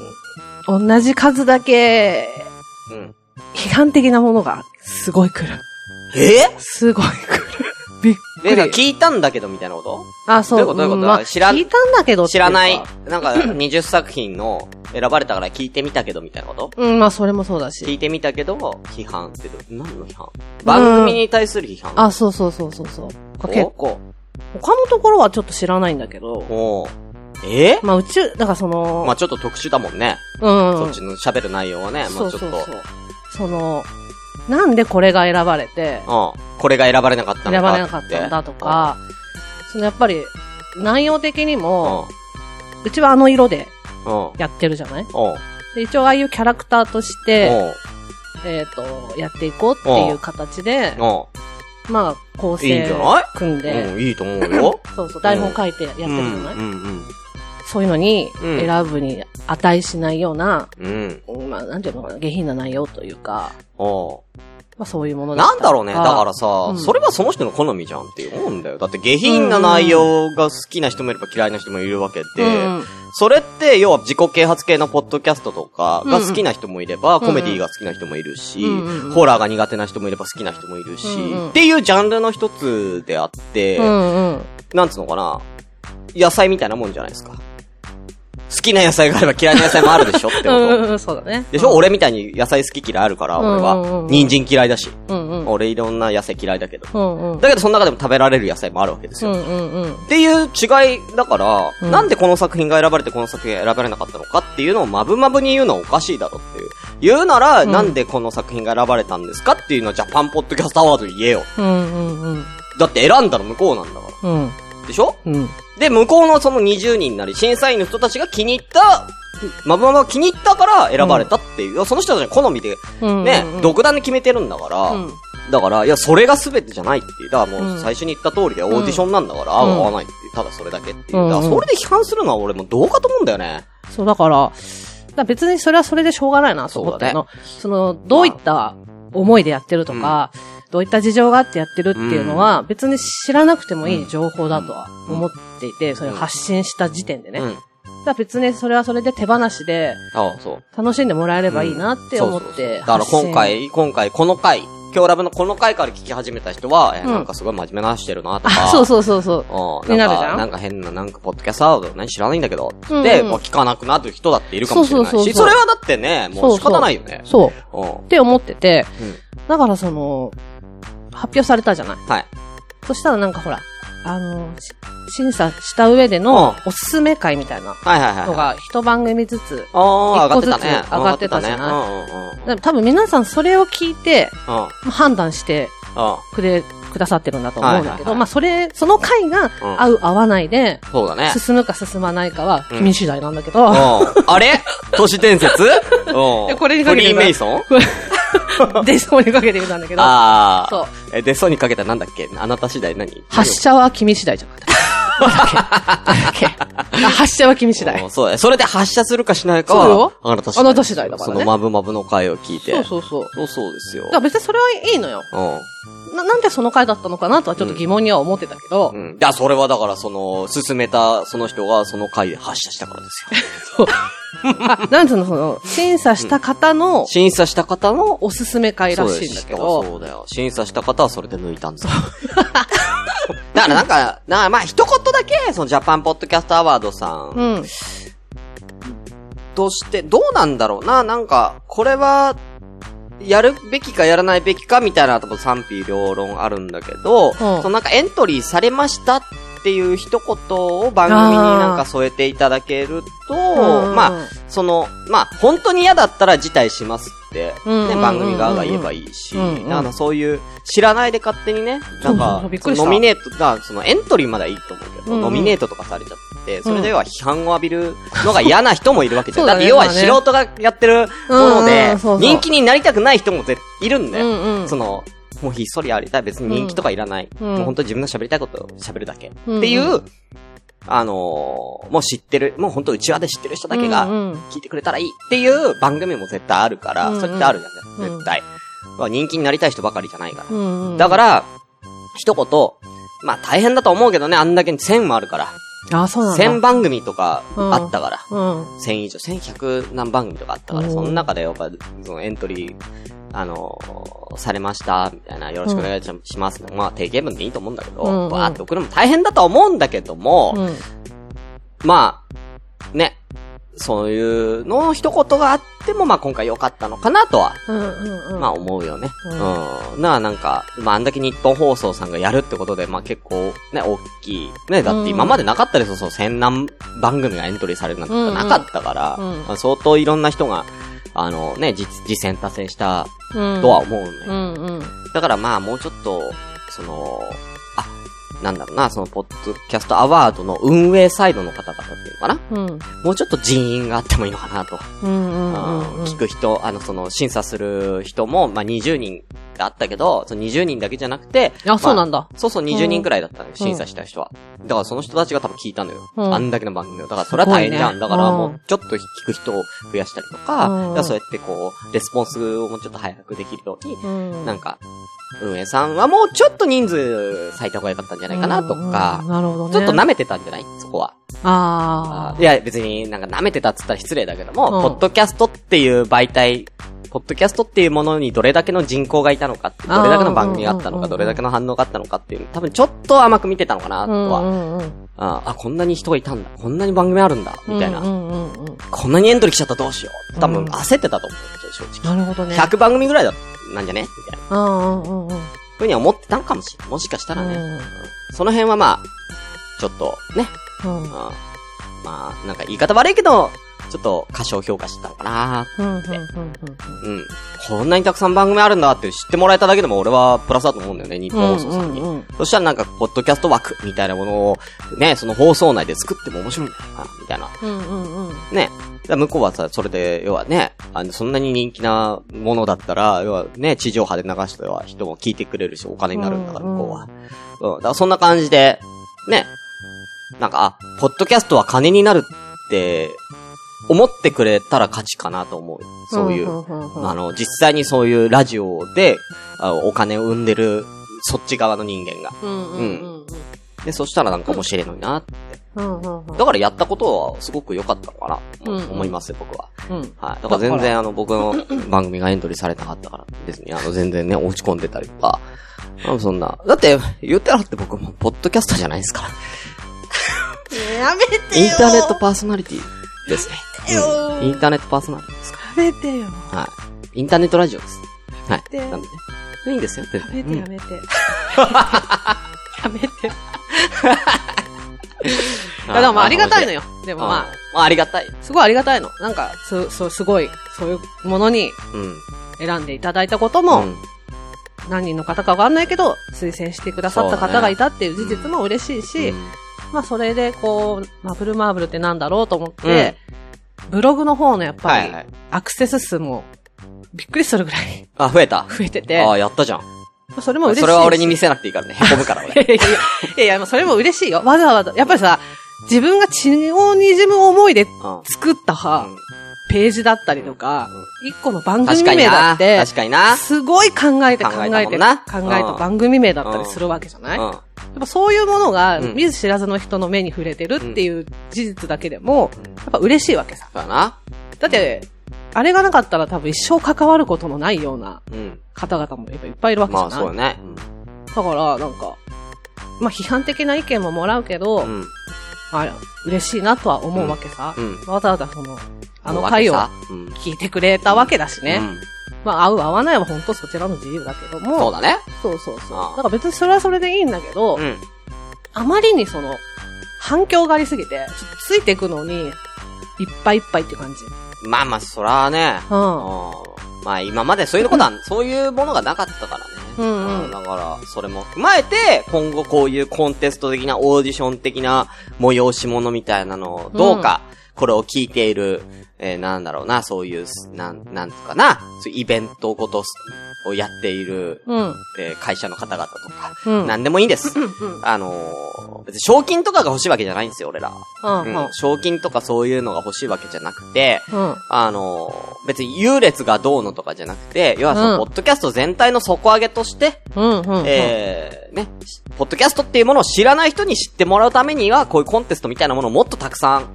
Speaker 4: 同じ数だけ、
Speaker 3: うん。
Speaker 4: 批判的なものが、すごい来る。
Speaker 3: え
Speaker 4: すごい来る。びっく
Speaker 3: で、
Speaker 4: り。
Speaker 3: なんか聞いたんだけどみたいなこ
Speaker 4: あ、そう。
Speaker 3: どういうことどういうこと
Speaker 4: んまあ
Speaker 3: 知らん
Speaker 4: 聞いたんだけど
Speaker 3: と
Speaker 4: って
Speaker 3: 知
Speaker 4: うから
Speaker 3: ない。なんか、20作品の選ばれたから聞いてみたけどみたいなこと
Speaker 4: うん、まあ、それもそうだ
Speaker 3: 聞
Speaker 4: し。
Speaker 3: いてみたけど、批判ってど、何の批判番組に対する批判。
Speaker 4: あ、そうそうそうそうそう。
Speaker 3: お、
Speaker 4: 結構。他のところはちょっと知らないんだけど。
Speaker 3: おうえ
Speaker 4: まあ、宇宙、だからその、
Speaker 3: まあちょっと特殊だもんね。
Speaker 4: うん。
Speaker 3: そっちの喋る内容はね、ま
Speaker 4: そ
Speaker 3: あ
Speaker 4: う
Speaker 3: ちょ
Speaker 4: そ
Speaker 3: っ
Speaker 4: う
Speaker 3: と。
Speaker 4: そうう。その、なんでこれが選ばれて、
Speaker 3: ん。これが選ばれなかったのかって。
Speaker 4: 選ばれなかったんだとか、そのやっぱり、内容的に
Speaker 3: うん。
Speaker 4: も、うちはあの色で
Speaker 3: うん。
Speaker 4: やってるじゃない
Speaker 3: うん。うん。
Speaker 4: で一応ああいうキャラクターとして、
Speaker 3: うん。
Speaker 4: えっ、と、やっていこうっていう形で、まあ、構
Speaker 3: いいん
Speaker 4: 成
Speaker 3: じゃない
Speaker 4: 組ん
Speaker 3: う
Speaker 4: で、
Speaker 3: ん。いいと思うよ。
Speaker 4: そうそう、台本書いてやって
Speaker 3: う
Speaker 4: るじ
Speaker 3: ん。う
Speaker 4: ゃ
Speaker 3: ん
Speaker 4: ない、。
Speaker 3: うん
Speaker 4: そういうのに、
Speaker 3: うん
Speaker 4: 選ぶに値しないような、
Speaker 3: うん。うん。
Speaker 4: まあ、なんていうのかな、下品な内容というか、
Speaker 3: お
Speaker 4: まあそういうものだった
Speaker 3: なんだろうね。だから
Speaker 4: さ、
Speaker 3: さ
Speaker 4: う、ん
Speaker 3: それはその人の好みじゃんって思うんだよ。だって下品な内容が好きな人もいれば嫌いな人もいるわけ
Speaker 4: う
Speaker 3: で、
Speaker 4: ん
Speaker 3: それって、要は自己啓発系のポッドキャストとかが好きな人もいれば、
Speaker 4: うん
Speaker 3: コメディが好きな人もいるし、
Speaker 4: うんうんうん
Speaker 3: ホラーが苦手な人もいれば好きな人もいるし、
Speaker 4: うんうん
Speaker 3: っていうジャンルの一つであって、
Speaker 4: うんうん。
Speaker 3: なんつうのかな、野菜みたいなもんじゃないですか。好きな野菜があれば嫌いな野菜もあるでしょってこと。
Speaker 4: うんうんうん、そうだね。
Speaker 3: でしょ、俺みたいに野菜好き嫌いあるから、俺
Speaker 4: うんうん
Speaker 3: は
Speaker 4: う。ん
Speaker 3: 人参嫌いだし。
Speaker 4: うんうん。
Speaker 3: 俺いろんな野菜嫌いだけど。
Speaker 4: うんうん。
Speaker 3: だけどその中でも食べられる野菜もあるわけです
Speaker 4: う
Speaker 3: よ。
Speaker 4: んうんうん。
Speaker 3: っていう違いだから、
Speaker 4: うん
Speaker 3: なんでこの作品が選ばれてこの作品が選ばれなかったのかっていうのをまぶまぶに言うのはおかしいだろっていう。言うなら、
Speaker 4: ん
Speaker 3: なんでこの作品が選ばれたんですかっていうのはジャパンポッドキャストアワードに言えよ。
Speaker 4: うんうんうん。
Speaker 3: だって選んだの向こうなんだか
Speaker 4: うん
Speaker 3: ら。でしょ
Speaker 4: うん。
Speaker 3: で、向こうのその20人なり、審査員の人たちが気に入った、まぶまぶが気に入ったから選ばれたっていう。その人たちの好みで、
Speaker 4: うん。
Speaker 3: ね、独断で決めてるんだから、
Speaker 4: うん
Speaker 3: だから、いや、それが全てじゃないっていう。だからも
Speaker 4: う
Speaker 3: うん最初に言った通りでオーディションなんだから、合う合わないっていう。ただそれだけっていう。
Speaker 4: うんうん
Speaker 3: だからそれで批判するのは俺もどうかと思うんだよね。
Speaker 4: そう、だから、だから別にそれはそれでしょうがないなと思ったの。その、どういった思いでやってるとか、どういった事情があってやってるっていうのは、別に知らなくてもいい情報だとは思っていて、それを発信した時点でね。
Speaker 3: う
Speaker 4: だか
Speaker 3: ん。
Speaker 4: ら別にそれはそれで手放しで
Speaker 3: ああ、そう。
Speaker 4: 楽しんでもらえればいいなって思っ
Speaker 3: そうそうそう
Speaker 4: て。
Speaker 3: だから今。回、今回、この回、今日ラブのこの回から聞き始めた人は、えー
Speaker 4: うん
Speaker 3: なんかすごい真面目な話してるなとか。
Speaker 4: あ、そうそうそうそう。
Speaker 3: うん。
Speaker 4: に
Speaker 3: な
Speaker 4: なんる
Speaker 3: か
Speaker 4: じゃん
Speaker 3: なんか変な、なんか、ポッドキャストアワード何知らないんだけど。
Speaker 4: うんうん
Speaker 3: で、もう聞かなくなる人だっているかもしれないし。そ
Speaker 4: そうそうそうそう
Speaker 3: れはだってね、もう仕方ないよね。
Speaker 4: そう。
Speaker 3: う
Speaker 4: って思ってて、
Speaker 3: う
Speaker 4: だからその、発表されたじゃない。
Speaker 3: ん。はい。
Speaker 4: そしたらなんかほら、あの、し審査した上でのおすすめ会みたいな
Speaker 3: はいはいはいは
Speaker 4: の
Speaker 3: い。
Speaker 4: が一番組ずつ、
Speaker 3: ああ、上がってたね。
Speaker 4: 一個ずつ上がってたじゃない
Speaker 3: 上がってたね
Speaker 4: 多分皆さんそれを聞いて
Speaker 3: うんうんうん。うん。
Speaker 4: 判断して
Speaker 3: うん。
Speaker 4: くれ、くださってるんだと思う
Speaker 3: はい
Speaker 4: んだけ
Speaker 3: はいは
Speaker 4: ど、
Speaker 3: い
Speaker 4: まあそれ、その会が
Speaker 3: うん
Speaker 4: 合う合わないで、
Speaker 3: そうだね。
Speaker 4: 進むか進まないかは
Speaker 3: うん
Speaker 4: 君次第なんだけど、
Speaker 3: うん。あれ都市伝説うん。
Speaker 5: えこれにか
Speaker 3: フ
Speaker 5: けて
Speaker 3: リー
Speaker 5: 今
Speaker 3: メイソン
Speaker 4: *laughs* で、そこにかけてみたんだけど、
Speaker 3: ああ。
Speaker 4: そう。
Speaker 3: え、で、ソにかけたらなんだっけあなた次第何
Speaker 4: 発射は君次
Speaker 3: *laughs*
Speaker 4: 第じゃなかった。なんだっけなんだっけあ発射は君次第。
Speaker 3: うんそうだよそれで発射するかしないか
Speaker 4: そうよ
Speaker 3: は、あなた次第。
Speaker 4: あなた次第だからね
Speaker 3: そのマブマブの回を聞いて。
Speaker 4: そうそうそう。
Speaker 3: そうそうですよ
Speaker 4: だか。ら別にそれはいいのよ。
Speaker 3: う
Speaker 4: な、なんでその回だったのかなとはちょっと疑問には思ってたけど、
Speaker 3: ん。うん。いや、それはだから、その、進めた、その人が、その回で発射したからですよ。
Speaker 4: *laughs* あ、なんつうの、その、審査した方の
Speaker 3: 審査した方の、
Speaker 4: おすすめ回らしいんだけ
Speaker 3: そうですそ
Speaker 4: ど、
Speaker 3: うだよ。審査した方はそれで抜いたんですよ。 *laughs* だからなんか、なんかまあ一言だけ、そのジャパンポッドキャストアワードさ
Speaker 4: うんん。
Speaker 3: として、どうなんだろうな、なんか、これは、やるべきかやらないべきかみたいなとこ賛否両論あるんだけど、そのなんかエントリーされましたっていう一言を番組になんか添えていただけると、
Speaker 4: うん
Speaker 3: まあ、その、まあ、本当に嫌だったら辞退しますって、
Speaker 4: うんうんうん
Speaker 3: ね、
Speaker 4: うん
Speaker 3: 番組側が言えばいいし、
Speaker 4: うんうん
Speaker 3: だからそういう、知らないで勝手にね、なん
Speaker 4: そうそう
Speaker 3: か
Speaker 4: そうびっ、くりした
Speaker 3: ノミネート、だからそのエントリーまだいいと思うけど、
Speaker 4: うんうん
Speaker 3: ノミネートとかされちゃって、それでは批判を浴びるのが嫌な人もいるわけじゃん。
Speaker 4: *laughs* そう
Speaker 3: だっ
Speaker 4: だね
Speaker 3: て要は素人がやってるもの
Speaker 4: うんうん
Speaker 3: で
Speaker 4: うんそうそ、う
Speaker 3: 人気になりたくない人も絶いるんだ
Speaker 4: うんう
Speaker 3: よ。
Speaker 4: ん
Speaker 3: その、もうひっそりやりたい。別に人気とかいらない。
Speaker 4: うん
Speaker 3: もう本当に自分の喋りたいことを喋るだけ。
Speaker 4: うん
Speaker 3: っていう、あのーもう知ってる、もう本当うちわで知ってる人だけが
Speaker 4: うんうん
Speaker 3: 聞いてくれたらいいっていう番組も絶対あるから、
Speaker 4: うんうん
Speaker 3: それってあるじゃん、
Speaker 4: うん
Speaker 3: 絶対。まあ人気になりたい人ばかりじゃないから。
Speaker 4: うんうん。
Speaker 3: だから、一言、まあ大変だと思うけどね、あんだけ1000もあるから。
Speaker 4: ら、あ、そうなんだ。
Speaker 3: 1000番組とか
Speaker 4: うん
Speaker 3: あったから。
Speaker 4: うん。
Speaker 3: 1000以上、1100何番組とかあったから、
Speaker 4: うん
Speaker 3: その中でやっぱ、そのエントリー、あのーされました、みたいな、よろしくお願いします、まあ、定型文でいいと思うんだけど、
Speaker 4: うんうん
Speaker 3: バーって送るのも大変だとは思うんだけども、
Speaker 4: うん。
Speaker 3: まあ、ね、そういうの一言があっても、まあ今回良かったのかなとは、
Speaker 4: うんうんうん。
Speaker 3: まあ思うよね。
Speaker 4: う
Speaker 3: うんん。なあなんか、まああんだけ日本放送さんがやるってことで、まあ結構ね、大きい。ね、だって今までなかったですよ、その千何番組がエントリーされるなんてことはなかったから、
Speaker 4: うんうん
Speaker 3: まあ相当いろんな人が、あのね、実、実践達成した
Speaker 4: うん
Speaker 3: とは思うね。
Speaker 4: うんうん。
Speaker 3: だからまあもうちょっと、その、あ、なんだろうな、その、ポッドキャストアワードの運営サイドの方々っていうのかな
Speaker 4: うん。
Speaker 3: もうちょっと人員があってもいいのかなと。
Speaker 4: うんうんうんうん。
Speaker 3: 聞く人、あの、その、審査する人も、まあ、20人だったけど、その20人だけじゃなくて、
Speaker 4: あ、そうなん
Speaker 3: だ。
Speaker 4: だ。
Speaker 3: そうそう、20人くらいだったのよ、審査した人は。だから、その人たちが多分聞いたのよ。
Speaker 4: うん
Speaker 3: あんだけの番組を。だから、それは大変じゃん。
Speaker 4: すごい
Speaker 3: だ
Speaker 4: ね
Speaker 3: から、
Speaker 4: うん
Speaker 3: もう、ちょっと聞く人を増やしたりとか、
Speaker 4: う
Speaker 3: だ
Speaker 4: ん
Speaker 3: からそうやってこう、レスポンスをもうちょっと早くできるように、
Speaker 4: うん。
Speaker 3: なんか、運営さんはもうちょっと人数割いた方が良かったんじゃないかな、とか、
Speaker 4: うんうんなるほどね。
Speaker 3: ちょっと舐めてたんじゃないそこは。
Speaker 4: あ
Speaker 3: いや、別になんか舐めてたっつったら失礼だけども、
Speaker 4: うん
Speaker 3: ポッドキャストっていう媒体、ポッドキャストっていうものにどれだけの人口がいたのかって、
Speaker 4: あー
Speaker 3: どれだけの番組があったの
Speaker 4: うんうんう
Speaker 3: か、
Speaker 4: ん
Speaker 3: どれだけの反応があったのかっていう、多分ちょっと甘く見てたのかな、
Speaker 4: あ
Speaker 3: とは、
Speaker 4: うんうんうん。
Speaker 3: あー。あ、こんなに人がいたんだ。こんなに番組あるんだ。みたいな。
Speaker 4: うんうんうんうん。
Speaker 3: こんなにエントリー来ちゃったらどうしよう。多
Speaker 4: う
Speaker 3: 分
Speaker 4: ん
Speaker 3: 焦ってたと思う、正直。
Speaker 4: なるほどね。
Speaker 3: 100番組ぐらいだなんじゃねみたいな。
Speaker 4: うんうんうんうん。
Speaker 3: ふうには思ってたのかもしれない。もしかしたらね。
Speaker 4: うん
Speaker 3: その辺はまあ、ちょっと、ね、
Speaker 4: うん
Speaker 3: うんまあ、なんか言い方悪いけど、ちょっと過小評価してたのかな
Speaker 4: うんうんうんうん。
Speaker 3: うん。こんなにたくさん番組あるんだって知ってもらえただけでも俺はプラスだと思うんだよね、日本放送さんに。
Speaker 4: うんうんうん
Speaker 3: そしたらなんか、ポッドキャスト枠みたいなものを、ね、その放送内で作っても面白いんじゃないかな、みたいな。
Speaker 4: うんうんうん。
Speaker 3: ね。だから向こうはさ、それで、要はね、あの、そんなに人気なものだったら、要はね、地上波で流したら人も聞いてくれるし、お金になるんだから、
Speaker 4: うんうん
Speaker 3: 向こうは。うん。だからそんな感じで、ね。なんか、あ、ポッドキャストは金になるって、思ってくれたら勝ちかなと思うよ。そういう。
Speaker 4: んんうんうん
Speaker 3: あの、実際にそういうラジオで、あのお金を生んでる、そっち側の人間が。
Speaker 4: うんうんうん
Speaker 3: で、そしたらなんか面白いのにな。
Speaker 4: うんうんうん
Speaker 3: だからやったことはすごく良かったのかな、
Speaker 4: うんうん
Speaker 3: 思いますよ、僕は。
Speaker 4: うん
Speaker 3: はい。だから全
Speaker 4: だか
Speaker 3: 然あの僕の番組がエントリーされなかったから、別にあの全然ね、落ち込んでたりとか。あのそんな。だって、言ったらって僕もポッドキャスターじゃないですから。
Speaker 5: やめてよ
Speaker 3: インターネットパーソナリティですね。うんインターネットパーソナリティですか
Speaker 4: やめてよ。
Speaker 3: ら。はい。インターネットラジオです。はい。
Speaker 4: で
Speaker 3: なんでね。いいんですよ、全
Speaker 4: や
Speaker 3: 然
Speaker 4: めてやめて。やめて。
Speaker 3: うん
Speaker 4: いやでもありがたいのよ。で
Speaker 3: うん
Speaker 4: も
Speaker 3: まあ
Speaker 4: ま、
Speaker 3: ありがたい。
Speaker 4: あ、すごいありがたいの。なんか、す、そう、すごい、そういうものに
Speaker 3: うん。
Speaker 4: 選んでいただいたことも、
Speaker 3: ん
Speaker 4: 何人の方かわかんないけど、推薦してくださった
Speaker 3: そうだね
Speaker 4: 方がいたっていう事実も嬉しいし、まあそれでこう、マブルマーブルってなんだろうと思って、ブログの方のやっぱ
Speaker 3: はい
Speaker 4: り
Speaker 3: はい、。
Speaker 4: アクセス数もびっくりするぐらい
Speaker 3: あ、増えた。
Speaker 4: 増えてて、
Speaker 3: あ
Speaker 4: ま
Speaker 3: あ、やったじゃん。
Speaker 4: あそれも嬉し
Speaker 3: そ
Speaker 4: いし。
Speaker 3: れは俺に見せなくていいからね。へこむ
Speaker 4: *laughs*
Speaker 3: から俺。
Speaker 4: いやいやいやいや、まあそれも嬉しいよ。わざわざ、やっぱりさ、自分が血を滲む思いで
Speaker 3: うん
Speaker 4: 作ったさ
Speaker 3: うん
Speaker 4: ページだったりとか
Speaker 3: うん、
Speaker 4: 一個の番組
Speaker 3: 確かに
Speaker 4: 名だ
Speaker 3: な。
Speaker 4: って、
Speaker 3: 確かにな。
Speaker 4: すごい考えて
Speaker 3: 考
Speaker 4: 考
Speaker 3: えたもん
Speaker 4: えて、考え
Speaker 3: な
Speaker 4: た
Speaker 3: うん
Speaker 4: 番組名だったりするわけじゃないやっ
Speaker 3: う
Speaker 4: ぱそういうものが、
Speaker 3: うん
Speaker 4: 見ず知らずの人の目に触れてるっていう事実だけでも、やっぱ嬉しいわけさ。
Speaker 3: ん。だな。
Speaker 4: だって、あれがなかったら多分一生関わることのないような
Speaker 3: うん。
Speaker 4: 方々もやっぱいっぱいいるわけじ
Speaker 3: ま
Speaker 4: ゃ
Speaker 3: あ、
Speaker 4: ない、
Speaker 3: そうだね。
Speaker 4: だから、なんか、まあ批判的な意見ももらうけど、
Speaker 3: うん。
Speaker 4: あれ、嬉しいなとは思うわけさ。
Speaker 3: うん
Speaker 4: わざわざその、あの回を
Speaker 3: もうわけさうん
Speaker 4: 聞いてくれたわけだしね。
Speaker 3: うん
Speaker 4: まあ、合う合わないは本当そちらの自由だけども。
Speaker 3: そうだね。
Speaker 4: そうそうそう
Speaker 3: ああ
Speaker 4: だから別にそれはそれでいいんだけど、
Speaker 3: うん。
Speaker 4: あまりにその、反響がありすぎて、ちょっとついていくのに、いっぱいいっぱいって感じ。
Speaker 3: まあまあ、そらね。
Speaker 4: うん。
Speaker 3: うんまあ、今までそういうことは、そういうものがなかったからね。
Speaker 4: うんうん
Speaker 3: だから、それも踏まえて、今後こういうコンテスト的な、オーディション的な、催し物みたいなのを、どうか、これを聞いている、えーなんだろうな、そういう、なん、なんとかな、そういうイベントごとをやっている、
Speaker 4: うん。
Speaker 3: えー会社の方々とか、
Speaker 4: うん。
Speaker 3: なんでもいいんです。
Speaker 5: うん
Speaker 3: あのー別に賞金とかが欲しいわけじゃないんですよ、俺ら。
Speaker 4: うん。うん
Speaker 3: うん、賞金とかそういうのが欲しいわけじゃなくて、
Speaker 4: うん。
Speaker 3: あのー別に優劣がどうのとかじゃなくて、要はその、
Speaker 4: うん
Speaker 3: ポッドキャスト全体の底上げとして、
Speaker 4: うん。うん。
Speaker 3: えー、ね、ポッドキャストっていうものを知らない人に知ってもらうためには、こういうコンテストみたいなものをもっとたくさん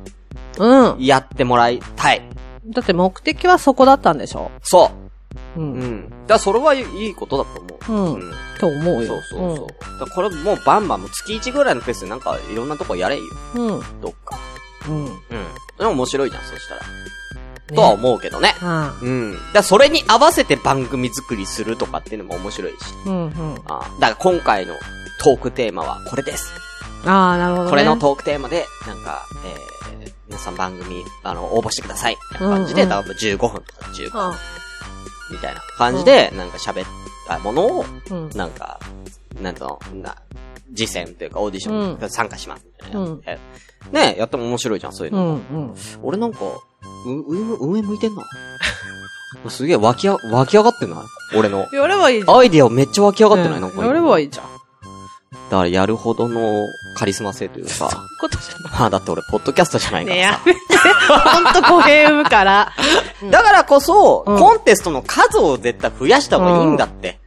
Speaker 4: うん。
Speaker 3: やってもらいたい。
Speaker 4: だって目的はそこだったんでしょ。
Speaker 3: そうう。うんん。だからそれはいいいいことだと思う。
Speaker 4: うんと思うよ。
Speaker 3: そうそうそう。だからこれもうバンバン、もう月1ぐらいのペースでなんかいろんなとこやれよ。
Speaker 4: うん。うん。
Speaker 3: どっか。
Speaker 4: うん。ね
Speaker 3: うん。でも面白いじゃん、そしたら。とは思うけどね。
Speaker 4: あ
Speaker 3: うん。だからそれに合わせて番組作りするとかっていうのも面白いし。
Speaker 4: あうん。うん。
Speaker 3: あーだから今回のトークテーマはこれです。
Speaker 4: ああ、なるほどね。
Speaker 3: これのトークテーマで、なんか、えー、皆さん番組、あの、応募してください。みたいな感じで、
Speaker 4: うんうん
Speaker 3: 多分15分とか15分
Speaker 4: あ
Speaker 3: みたいな感じで、なんか喋ったものを、
Speaker 4: あうん。
Speaker 3: なんか、なんとの、な、実践というかオーディションに参加しますみたいなやつで。ねやっても面白いじゃん、そういう
Speaker 4: う
Speaker 3: の。
Speaker 4: ん。うん。
Speaker 3: 俺なんか、う、う、運営向いてんな。 *laughs* すげえ湧きあ、湧き上がってない俺の。
Speaker 4: やればいいじゃん。
Speaker 3: アイディアめっちゃ湧き上がってないなんか
Speaker 4: やれば
Speaker 3: いい。
Speaker 4: いいじゃん。
Speaker 3: だからやるほどのカリスマ性という
Speaker 4: *laughs*
Speaker 3: か。
Speaker 4: ことじゃな
Speaker 3: まあだって俺、ポッドキャストじゃない
Speaker 4: い。
Speaker 3: か
Speaker 4: ね
Speaker 3: ら
Speaker 4: や
Speaker 3: さ。
Speaker 4: めて。ほんと語弊生むから。
Speaker 3: だからこそ、
Speaker 4: うん
Speaker 3: コンテストの数を絶対増やした方がいいんだって。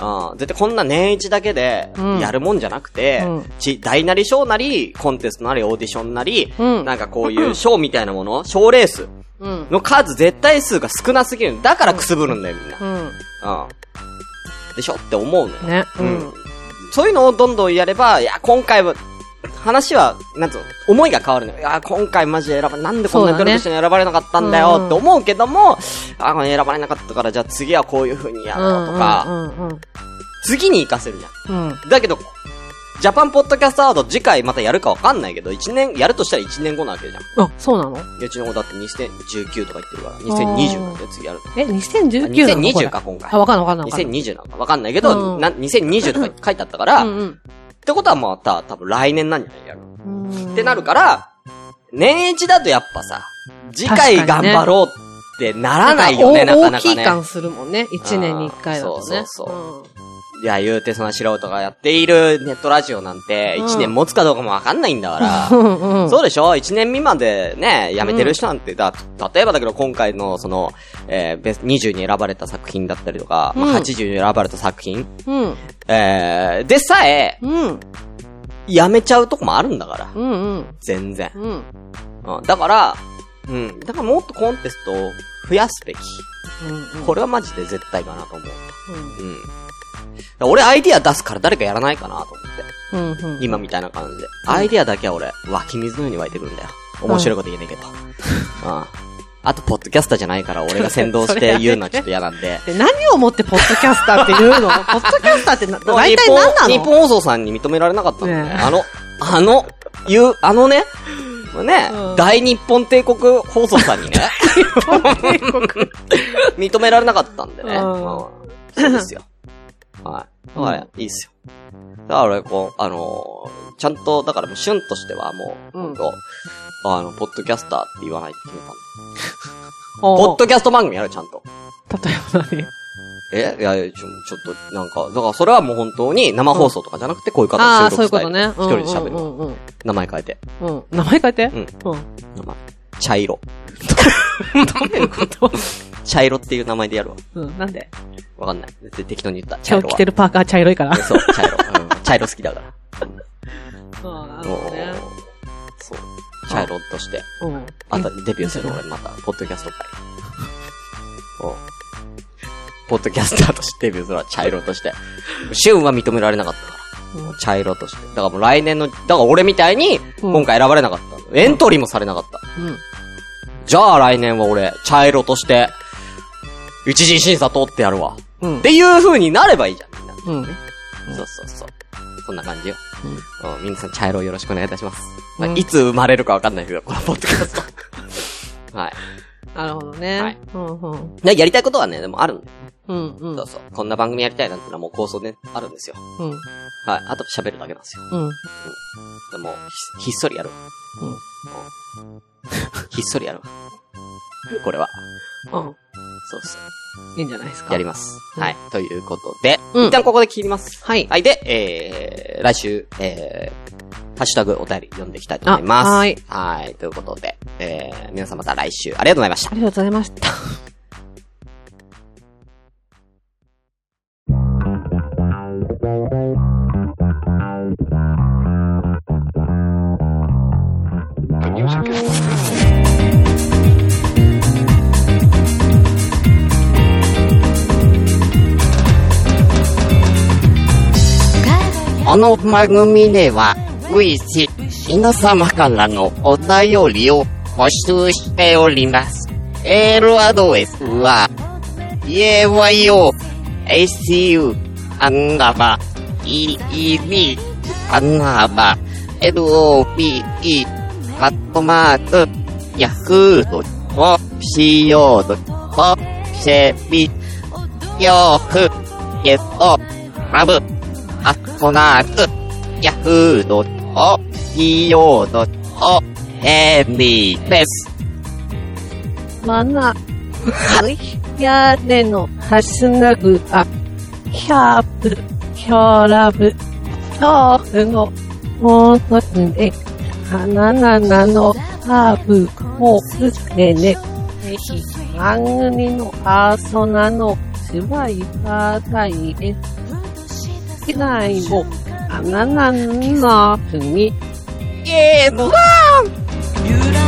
Speaker 3: うん、絶対こんな年一だけで
Speaker 4: うん、
Speaker 3: やるもんじゃなくて、
Speaker 4: うん
Speaker 3: ち大なり小なり、コンテストなり、オーディションなり、
Speaker 4: うん
Speaker 3: なんかこういう賞みたいなもの、賞レース
Speaker 4: うん。
Speaker 3: の数、絶対数が少なすぎる。だからくすぶるんだよ、みんな。
Speaker 4: うん。
Speaker 3: うん。でしょって思うのよ。
Speaker 4: ね。う
Speaker 3: うんん。。そういうのをどんどんやれば、いや、今回は、話は、なんつうの、思いが変わるのよ。いや、今回マジで選ば、なんでこんな
Speaker 4: そうだ
Speaker 3: 努
Speaker 4: ね
Speaker 3: 力して選ばれなかったんだ
Speaker 4: うん
Speaker 3: よって思うけども、あ、これ選ばれなかったから、じゃあ次はこういう風にや
Speaker 4: う
Speaker 3: ろうと
Speaker 4: ん。う
Speaker 3: か、
Speaker 4: ん。うん。
Speaker 3: 次に活かせるじゃん。
Speaker 4: うん。
Speaker 3: だけど、ジャパンポッドキャストアワード次回またやるかわかんないけど、一年、やるとしたら1年後なわけじゃん。
Speaker 4: あ、そうなの
Speaker 3: うちの子だって2019とか言ってるから、2020なんだよ、次やると。
Speaker 4: え、
Speaker 3: あ
Speaker 4: 2019なの
Speaker 3: 2020か、。今回
Speaker 4: あ、。わかんないわかんないわかんない。
Speaker 3: 2020なんかわかんないけど、
Speaker 4: うん
Speaker 3: な2020とか書いてあったから、
Speaker 4: うんうん。
Speaker 3: ってことはまた、多分来年なんじゃないやる。
Speaker 4: うん
Speaker 3: ってなるから、年一だとやっぱさ、次回
Speaker 4: 確か
Speaker 3: 頑
Speaker 4: にね
Speaker 3: 張ろうってならないよね、
Speaker 4: な
Speaker 3: なんか
Speaker 4: か
Speaker 3: な
Speaker 4: 大き
Speaker 3: か
Speaker 4: い
Speaker 3: ね。
Speaker 4: 感するもんね。1年に1回だと
Speaker 3: そ
Speaker 4: ね。
Speaker 3: うそうそう。いや、言うてそんな素人がやっているネットラジオなんて、
Speaker 4: うん
Speaker 3: 1年持つかどうかもわかんないんだ
Speaker 4: *laughs*
Speaker 3: か
Speaker 4: う
Speaker 3: ら。
Speaker 4: ん。うんうん。
Speaker 3: そうでしょ ?1 年未満でね、やめてる人なんて、だ、例えばだけど今回のその、えー、ベスト20に選ばれた作品だったりとか、ま
Speaker 4: うん
Speaker 3: あ、80に選ばれた作品、
Speaker 4: うん。
Speaker 3: えー、でさえ、
Speaker 4: うん。
Speaker 3: やめちゃうとこもあるんだから。
Speaker 4: うん。うん。
Speaker 3: 全然。
Speaker 4: うん。
Speaker 3: うん、だから、うん。だからもっとコンテストを増やすべき。
Speaker 4: うん。
Speaker 3: これはマジで絶対かなと思う。うん。だから俺アイディア出すから誰かやらないかなと思って。
Speaker 4: うん。うん。
Speaker 3: 今みたいな感じで。アイディアだけは俺、湧き水のように湧いてくるんだよ。面白いこと言え *laughs* ねえけど。うん。あと、ポッドキャスターじゃないから俺が先導し
Speaker 4: それ
Speaker 3: て
Speaker 4: はね
Speaker 3: 言うのはちょっと嫌なんで。
Speaker 4: で何をもってポッドキャスターって言う
Speaker 3: *laughs*
Speaker 4: のポッドキャスターってな大体何な
Speaker 3: 日本日
Speaker 4: の
Speaker 3: 本放送さんに認められなかったんだよね。
Speaker 4: ねえ
Speaker 3: あの、あの、言う、あのね、ね、
Speaker 4: うん
Speaker 3: 大日本帝国放送さんにね、認められなかったんでね。
Speaker 4: う
Speaker 3: うんんそうですよ。はい。はい、いいっすよ。だから俺、こう、あのーちゃんと、だからもう、旬としてはもう、
Speaker 4: うん
Speaker 3: ほんと、あの、ポッドキャスターって言わないって決めたの。ポ
Speaker 4: お
Speaker 3: ッドキャスト番組やる、ちゃんと。
Speaker 4: 例えば何
Speaker 3: えいや、ちょ、ちょっと、なんか、だからそれはもう本当に生放送とかじゃなくて、こういう形で
Speaker 4: ああ、
Speaker 3: 収
Speaker 4: そう
Speaker 3: 録
Speaker 4: い
Speaker 3: し
Speaker 4: う
Speaker 3: たい。
Speaker 4: ことね。
Speaker 3: 一人で喋る
Speaker 4: う
Speaker 3: の。
Speaker 4: んうん
Speaker 3: 名前変えて。
Speaker 4: うん。うん。名前変えて。
Speaker 3: う
Speaker 4: うん。
Speaker 3: 名前。茶色。
Speaker 4: どういうこと
Speaker 3: 茶色っていう名前でやるわ。
Speaker 4: うん。なんで
Speaker 3: わかんない。で適当に言った。茶
Speaker 4: 今
Speaker 3: 色
Speaker 4: 日
Speaker 3: は。
Speaker 4: 着てるパーカー茶色いから。
Speaker 3: そう、茶色。うん茶色好きだから。
Speaker 4: そうな
Speaker 3: おーそう。茶色として。
Speaker 4: うん。
Speaker 3: あとデビューする俺また、ポッドキャスト会。おポッドキャスターとしてデビューするわ、茶色として。シュンは認められなかったから。
Speaker 4: うん
Speaker 3: 茶色として。だからもう来年の、だから俺みたいに、
Speaker 4: うん
Speaker 3: 今回選ばれなかった、エントリーもされなかった。
Speaker 4: うん。
Speaker 3: じゃあ来年は俺、茶色として、一次審査通ってやるわ。
Speaker 4: うん
Speaker 3: っていう風になればいいじゃん、みんな。
Speaker 4: うん。
Speaker 3: そうそうそう。こんな感じよ。
Speaker 4: うん
Speaker 3: うん。皆さん茶色をよろしくお願いいたします。まあ
Speaker 4: うん
Speaker 3: いつ生まれるかわかんないけど、このポッドキャス
Speaker 4: *laughs*
Speaker 3: ト。はい。
Speaker 4: なるほどね。
Speaker 3: はい
Speaker 4: うんうん。
Speaker 3: ね、やりたいことはね、でもあるんで。
Speaker 4: うんうん。
Speaker 3: そうそう。こんな番組やりたいなんてのはもう構想ね、あるんですよ。
Speaker 4: うん。
Speaker 3: はい。あと喋るだけなんですよ。
Speaker 4: うん。
Speaker 3: でも、ひひっそりやる。
Speaker 4: うん
Speaker 3: うん。
Speaker 6: ひっそりやろう。これは。
Speaker 4: うん。
Speaker 6: そうです。
Speaker 4: いいんじゃないですか。
Speaker 6: やります。
Speaker 4: うん
Speaker 6: はい。ということで、
Speaker 4: うん
Speaker 6: 一旦ここで切ります。
Speaker 4: はい
Speaker 6: はい。で、えー、来週、えー、ハッシュタグお便り読んでいきたいと思います。
Speaker 4: あはい。
Speaker 6: はい。ということで、えー、皆さんまた来週ありがとうございました
Speaker 4: あ。りがとうございました。
Speaker 3: この番組では、随時、皆様からのお便りを募集しております。メールアドレスは、yayo.hcu アンダーバー eeb アンダーバー lope カットマーク yahoo.co.jp よく、ゲット、ラブ、アットナーク、ヤフードと、CO ドと、エンディです。
Speaker 4: マナ、屋根のハッシュタグは、キャープ、キョーラブ、恐怖の、もう一つね、花々のハーブを作ってね、ぜひ、番組のパーソナの芝居がたいです。機内を、花々の国、
Speaker 3: ゲームは
Speaker 2: ゆら